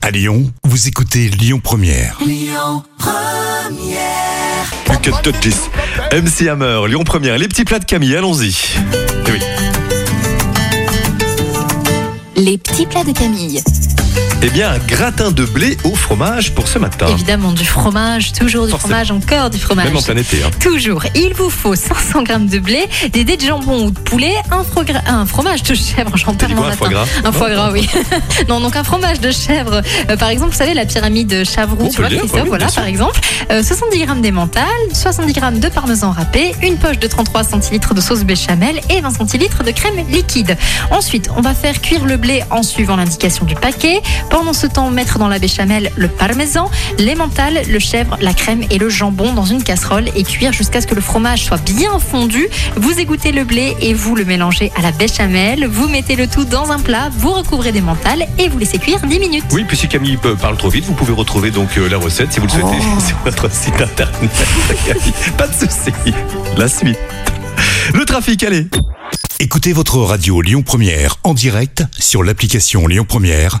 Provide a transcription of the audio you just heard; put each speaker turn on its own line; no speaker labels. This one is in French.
À Lyon, vous écoutez Lyon Première.
Plus que de 10. MC Hammer, Lyon Première, les petits plats de Camille, allons-y. Eh oui.
Les petits plats de Camille.
Eh bien, un gratin de blé au fromage pour ce matin.
Évidemment, du fromage, toujours du
Ah. Forcément.
fromage, encore du fromage.
Même en plein été. hein.
Toujours, il vous faut 500 g de blé, des dés de jambon ou de poulet, un, frogra- un fromage de chèvre, j'en
T'as dit
parle en
quoi, un foie
latin.
gras
Un foie gras, oui. non, donc un fromage de chèvre. Euh, par exemple, vous savez, la pyramide Chavroux,
On
tu
peut
vois,
le dire,
Christophe,
bah oui,
voilà,
bien sûr.
par exemple. Euh, 70 g d'émental, 70 g de parmesan râpé, une poche de 33 centilitres de sauce béchamel et 20 centilitres de crème liquide. Ensuite, on va faire cuire le blé en suivant l'indication du paquet. Pendant ce temps, mettre dans la béchamel le parmesan, l'émental, le chèvre, la crème et le jambon dans une casserole et cuire jusqu'à ce que le fromage soit bien fondu. Vous égouttez le blé et vous le mélangez à la béchamel. Vous mettez le tout dans un plat, vous recouvrez d'émental et vous laissez cuire 10 minutes.
Oui, puis si Camille peut- parle trop vite, vous pouvez retrouver donc euh, la recette si vous le
Oh.
souhaitez sur notre site internet. Camille. Pas de souci. La suite. Le trafic, allez.
Écoutez votre radio Lyon Première en direct sur l'application Lyon Première,